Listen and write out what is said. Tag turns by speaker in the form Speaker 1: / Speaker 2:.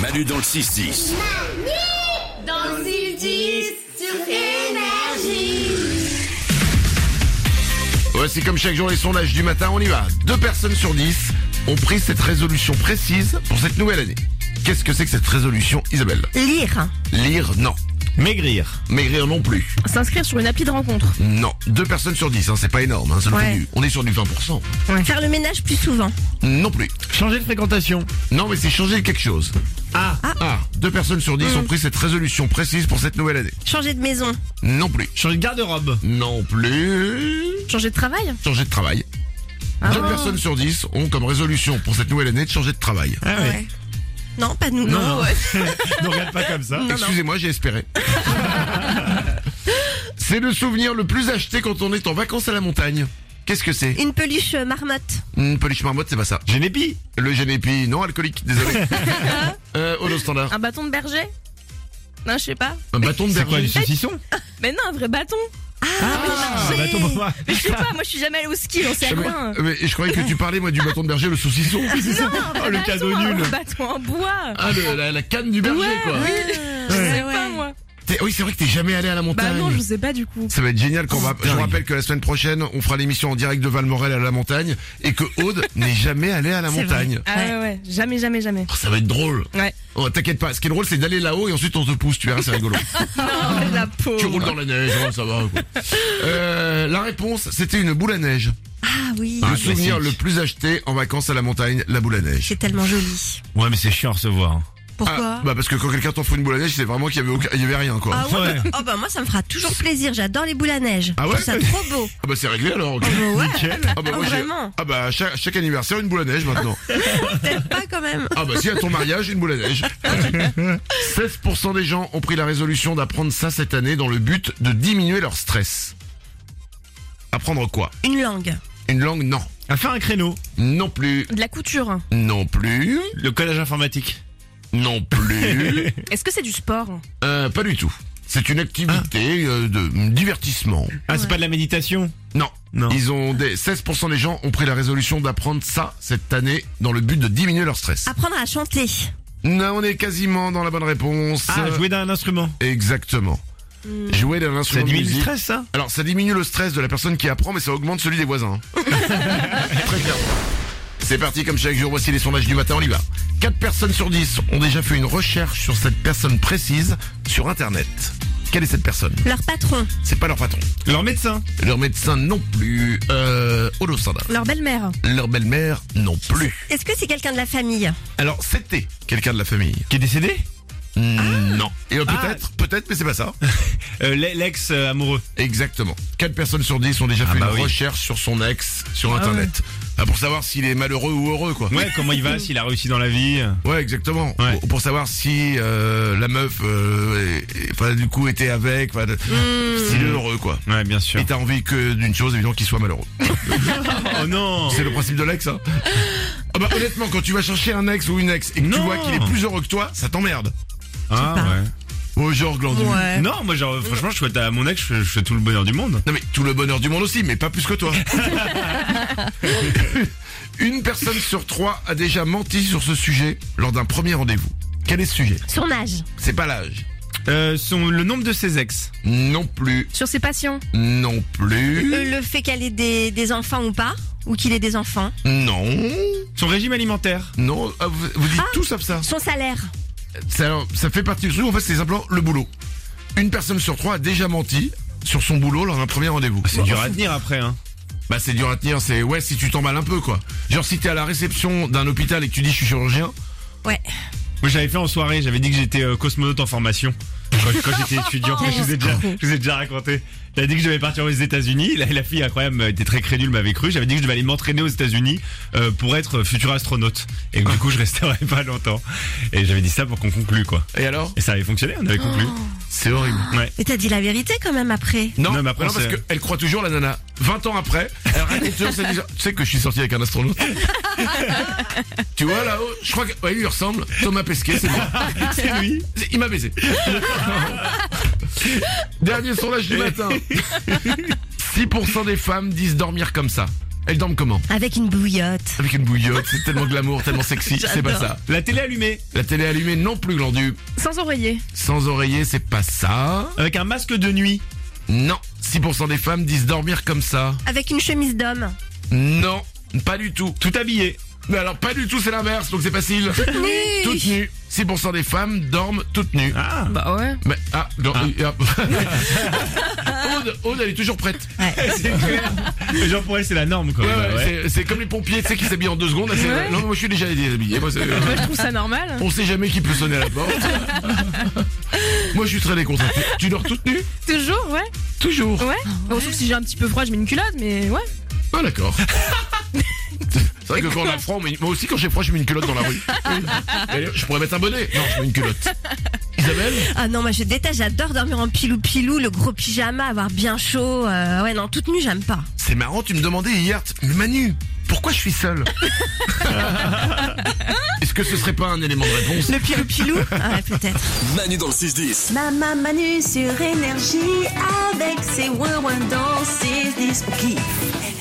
Speaker 1: Manu dans le 6-10.
Speaker 2: Dans le 10 sur Énergie.
Speaker 3: Ouais, c'est comme chaque jour les sondages du matin, on y va. Deux personnes sur dix ont pris cette résolution précise pour cette nouvelle année. Qu'est-ce que c'est que cette résolution, Isabelle
Speaker 4: Lire.
Speaker 3: Lire, non.
Speaker 5: Maigrir.
Speaker 3: Maigrir non plus.
Speaker 4: S'inscrire sur une appli de rencontre.
Speaker 3: Non. Deux personnes sur dix, hein, c'est pas énorme. Hein, ça nous fait
Speaker 4: Ouais.
Speaker 3: du- On est sur du 20%.
Speaker 4: Faire le ménage plus souvent.
Speaker 3: Non plus.
Speaker 5: Changer de fréquentation.
Speaker 3: Non, mais c'est changer quelque chose.
Speaker 5: Ah.
Speaker 3: Ah, deux personnes sur dix ont pris cette résolution précise pour cette nouvelle année.
Speaker 4: Changer de maison.
Speaker 3: Non plus.
Speaker 5: Changer de garde-robe.
Speaker 3: Non plus.
Speaker 4: Changer de travail.
Speaker 3: Changer de travail. Deux personnes sur dix ont comme résolution pour cette nouvelle année de changer de travail.
Speaker 5: Ah oui.
Speaker 4: Non, pas nous.
Speaker 5: Non,
Speaker 4: non,
Speaker 5: non.
Speaker 4: ouais.
Speaker 5: ne regarde pas comme ça.
Speaker 3: Excusez-moi, j'ai espéré. c'est le souvenir le plus acheté quand on est en vacances à la montagne. Qu'est-ce que c'est
Speaker 4: Une peluche euh, marmotte.
Speaker 3: Une peluche marmotte, c'est pas ça.
Speaker 5: Génépi.
Speaker 3: Le génépi, non alcoolique, désolé. euh, holo standard.
Speaker 6: Un bâton de berger Non, je sais pas.
Speaker 3: Un bâton de
Speaker 5: C'est quoi, du
Speaker 3: berger.
Speaker 5: saucisson
Speaker 6: Mais non, un vrai bâton.
Speaker 5: Ah, bah attends, pour moi.
Speaker 6: Mais je sais pas, moi je suis jamais allée au ski, on sait à
Speaker 3: Mais,
Speaker 6: quoi. hein.
Speaker 3: mais je croyais que tu parlais, moi, du bâton de berger, le saucisson.
Speaker 6: Non, un vrai
Speaker 5: Oh, le
Speaker 6: bâton,
Speaker 5: cadeau
Speaker 6: un
Speaker 5: nul.
Speaker 6: bâton en bois.
Speaker 3: Ah, le- la, la canne du berger, quoi.
Speaker 6: Je
Speaker 5: Ouais.
Speaker 6: sais pas, moi.
Speaker 3: T'es- Oui, c'est vrai que t'es jamais allé à la
Speaker 6: Bah
Speaker 3: montagne.
Speaker 6: non, je sais pas du coup.
Speaker 3: Ça va être génial qu'on va. Je vous
Speaker 5: dingue.
Speaker 3: rappelle que la semaine prochaine, on fera l'émission en direct de Valmorel à la montagne et que Aude n'est jamais allée à la
Speaker 4: C'est vrai.
Speaker 3: montagne.
Speaker 6: Ah ouais, ouais, jamais, jamais, jamais.
Speaker 3: Oh, ça va être drôle.
Speaker 6: Ouais.
Speaker 3: Oh, t'inquiète pas. Ce qui est drôle, c'est d'aller là-haut et ensuite on te pousse. Tu verras, c'est rigolo.
Speaker 6: Oh, la peau.
Speaker 3: tu roules dans la neige, ouais, ça va. quoi. Euh, la réponse, c'était une boule à neige.
Speaker 4: Ah oui.
Speaker 3: le
Speaker 5: Ah,
Speaker 3: souvenir le
Speaker 5: classique.
Speaker 3: plus acheté en vacances à la montagne, la boule à neige.
Speaker 4: C'est tellement joli.
Speaker 5: Ouais, mais c'est chiant à recevoir. hein.
Speaker 4: Pourquoi
Speaker 3: bah parce que quand quelqu'un t'en fout une boule à neige, c'est vraiment qu'il y avait aucun- il y avait rien quoi.
Speaker 4: Ah ouais,
Speaker 5: Ouais.
Speaker 4: bah- Oh bah moi ça me fera toujours plaisir, j'adore les boules à neige.
Speaker 3: Ah ouais
Speaker 4: Je trouve ça trop beau.
Speaker 3: Ah bah c'est réglé alors. ok.
Speaker 5: Nickel.
Speaker 3: Ah bah,
Speaker 4: Ah,
Speaker 3: j'ai-
Speaker 4: vraiment
Speaker 3: ah bah chaque, chaque anniversaire une boule à neige maintenant.
Speaker 4: Peut-être pas quand même.
Speaker 3: Ah bah si à ton mariage une boule à neige. 16% des gens ont pris la résolution d'apprendre ça cette année dans le but de diminuer leur stress. Apprendre quoi
Speaker 4: Une langue.
Speaker 3: Une langue Non.
Speaker 5: À faire un créneau.
Speaker 3: Non plus.
Speaker 6: De la couture.
Speaker 3: Non plus.
Speaker 5: Le codage informatique.
Speaker 3: Non plus.
Speaker 6: Est-ce que c'est du sport
Speaker 3: Euh, pas du tout. C'est une activité euh, de divertissement.
Speaker 5: Ah, c'est pas de la méditation
Speaker 3: Non.
Speaker 5: Non.
Speaker 3: Ils ont des 16% des gens ont pris la résolution d'apprendre ça cette année dans le but de diminuer leur stress.
Speaker 4: Apprendre à chanter.
Speaker 3: Non, on est quasiment dans la bonne réponse.
Speaker 5: Ah, jouer d'un instrument.
Speaker 3: Exactement. Jouer d'un
Speaker 5: Ça
Speaker 3: instrument de
Speaker 5: diminue le
Speaker 3: musique.
Speaker 5: stress, ça
Speaker 3: Alors ça diminue le stress de la personne qui apprend, mais ça augmente celui des voisins. Très clairement. C'est parti comme chaque jour, voici les sondages du matin, on y va. 4 personnes sur 10 ont déjà fait une recherche sur cette personne précise sur Internet. Quelle est cette personne
Speaker 4: Leur patron.
Speaker 3: C'est pas leur patron.
Speaker 5: Leur médecin.
Speaker 3: Leur médecin non plus. Euh, Olo Sanda.
Speaker 6: Leur belle-mère.
Speaker 3: Leur belle-mère non plus.
Speaker 4: Est-ce que c'est quelqu'un de la famille
Speaker 3: Alors c'était Ah. quelqu'un de la famille.
Speaker 5: Qui est décédé
Speaker 3: Non. Et euh,
Speaker 5: Ah.
Speaker 3: peut-être, peut-être, mais c'est pas ça.
Speaker 5: Euh, l'e- L'ex euh, amoureux.
Speaker 3: Exactement. 4 personnes sur 10 ont déjà
Speaker 5: Ah
Speaker 3: fait
Speaker 5: bah
Speaker 3: une
Speaker 5: oui.
Speaker 3: recherche sur son ex sur internet. Ah, pour savoir s'il est malheureux ou heureux quoi.
Speaker 5: Ouais, comment il va, s'il a réussi dans la vie.
Speaker 3: Ouais, exactement.
Speaker 5: Ouais.
Speaker 3: Pour, pour savoir si euh, la meuf euh, est- est- enfin, du coup était avec enfin, de- s'il est heureux quoi.
Speaker 5: Ouais, bien sûr.
Speaker 3: Et t'as envie que d'une chose évidemment qu'il soit malheureux.
Speaker 5: Oh non
Speaker 3: C'est le principe de l'ex hein. Ah bah honnêtement quand tu vas chercher un ex ou une ex et que tu
Speaker 5: Non.
Speaker 3: vois qu'il est plus heureux que toi, ça t'emmerde.
Speaker 5: Ah,
Speaker 4: pas.
Speaker 5: ouais.
Speaker 3: Oh genre glandu.
Speaker 5: Non, moi, genre, franchement, je souhaite à mon ex, je, je fais tout le bonheur du monde.
Speaker 3: Non mais tout le bonheur du monde aussi, mais pas plus que toi. Une personne sur trois a déjà menti sur ce sujet lors d'un premier rendez-vous. Quel est ce sujet
Speaker 4: Son âge.
Speaker 3: C'est pas l'âge.
Speaker 5: Euh, son, le nombre de ses ex.
Speaker 3: Non plus,
Speaker 6: Sur ses patients.
Speaker 3: non plus,
Speaker 4: Euh, le fait qu'elle ait des, des enfants ou pas Ou qu'il ait des enfants
Speaker 3: non,
Speaker 5: Son régime alimentaire.
Speaker 3: non. Ah, Vous, vous dites tout sauf ça.
Speaker 4: Son salaire.
Speaker 3: ça. Ça fait partie du truc. En fait, c'est simplement le boulot. Une personne sur trois a déjà menti sur son boulot lors d'un premier rendez-vous.
Speaker 5: Ah, C'est dur à tenir après, hein.
Speaker 3: Bah c'est dur à tenir, c'est ouais si tu t'emballes un peu quoi. Genre si t'es à la réception d'un hôpital et que tu dis je suis chirurgien,
Speaker 4: Ouais.
Speaker 5: Moi, j'avais fait en soirée, j'avais dit que j'étais euh, cosmonaute en formation. Quand, quand j'étais étudiant,
Speaker 3: Oh,
Speaker 5: je vous, ai déjà, je vous ai déjà raconté. Il a dit que je devais partir aux États-Unis. La, la fille incroyable était très crédule, m'avait cru. J'avais dit que je devais aller m'entraîner aux États-Unis euh, pour être futur astronaute. Et du coup, je resterai pas longtemps. Et j'avais dit ça pour qu'on conclue, quoi.
Speaker 3: et alors
Speaker 5: Et ça avait fonctionné, on avait
Speaker 3: Oh.
Speaker 5: conclu.
Speaker 3: C'est horrible.
Speaker 5: Ouais.
Speaker 4: Mais t'as dit la vérité quand même après.
Speaker 3: Non,
Speaker 5: Non, mais après,
Speaker 3: non, parce
Speaker 5: c'est-
Speaker 3: qu'elle croit toujours la nana. 20 ans après, elle raconte toujours cette histoire. Tu sais que je suis sorti avec un astronaute. tu vois là-haut, je crois que ouais, il lui ressemble. Thomas Pesquet, c'est moi.
Speaker 5: C'est lui.
Speaker 3: C'est- Il m'a baisé. Dernier sondage du matin. 6% des femmes disent dormir comme ça. Elles dorment comment
Speaker 4: Avec une bouillotte.
Speaker 3: Avec une bouillotte, c'est tellement glamour, tellement sexy, c'est pas
Speaker 4: J'adore.
Speaker 3: ça.
Speaker 5: La télé allumée,
Speaker 3: La télé allumée non plus glandue.
Speaker 6: Sans oreiller.
Speaker 3: Sans oreiller, c'est pas ça.
Speaker 5: avec un masque de nuit.
Speaker 3: Non, 6% des femmes disent dormir comme ça.
Speaker 4: Avec une chemise d'homme.
Speaker 3: Non, pas du tout.
Speaker 5: Tout habillé.
Speaker 3: Mais alors pas du tout, c'est l'inverse, donc c'est facile. Toutes nues. 6% des femmes dorment toutes nues.
Speaker 5: Ah
Speaker 6: Bah ouais.
Speaker 3: Mais, ah, non, oui, ah. Aude, Aude, elle est toujours prête.
Speaker 5: C'est clair. Mais Genre pour elle c'est la norme quoi.
Speaker 3: Ouais, ouais,
Speaker 5: Bah ouais.
Speaker 3: c'est- C'est comme les pompiers, tu sais, qui s'habillent en deux secondes. là, c'est-
Speaker 6: Ouais.
Speaker 3: Non, moi je suis déjà déshabillé. Moi, c'est- euh,
Speaker 6: Moi, je trouve ça normal.
Speaker 3: on sait jamais qui peut sonner à la porte. moi je suis très déconcerté. Tu dors toute nue
Speaker 6: Toujours, ouais.
Speaker 3: Toujours.
Speaker 6: Ouais. Bon, sauf si j'ai un petit peu froid, je mets une culotte, mais ouais.
Speaker 3: Ah d'accord. C'est vrai que quand on a froid, on met une- moi aussi quand j'ai froid, je mets une culotte dans la rue. Et je pourrais mettre un bonnet. Non, je mets une culotte. Isabelle
Speaker 4: Ah non, moi je déteste, j'adore dormir en pilou-pilou, le gros pyjama, avoir bien chaud. euh, ouais, non, toute nue, j'aime pas.
Speaker 3: C'est marrant, tu me demandais hier, t- mais Manu, pourquoi je suis seul Est-ce que ce serait pas un élément de réponse
Speaker 4: Le pilou-pilou Ah ouais, peut-être.
Speaker 1: Manu dans le 6-10.
Speaker 7: Maman Manu sur énergie avec ses wouah dans ses disques.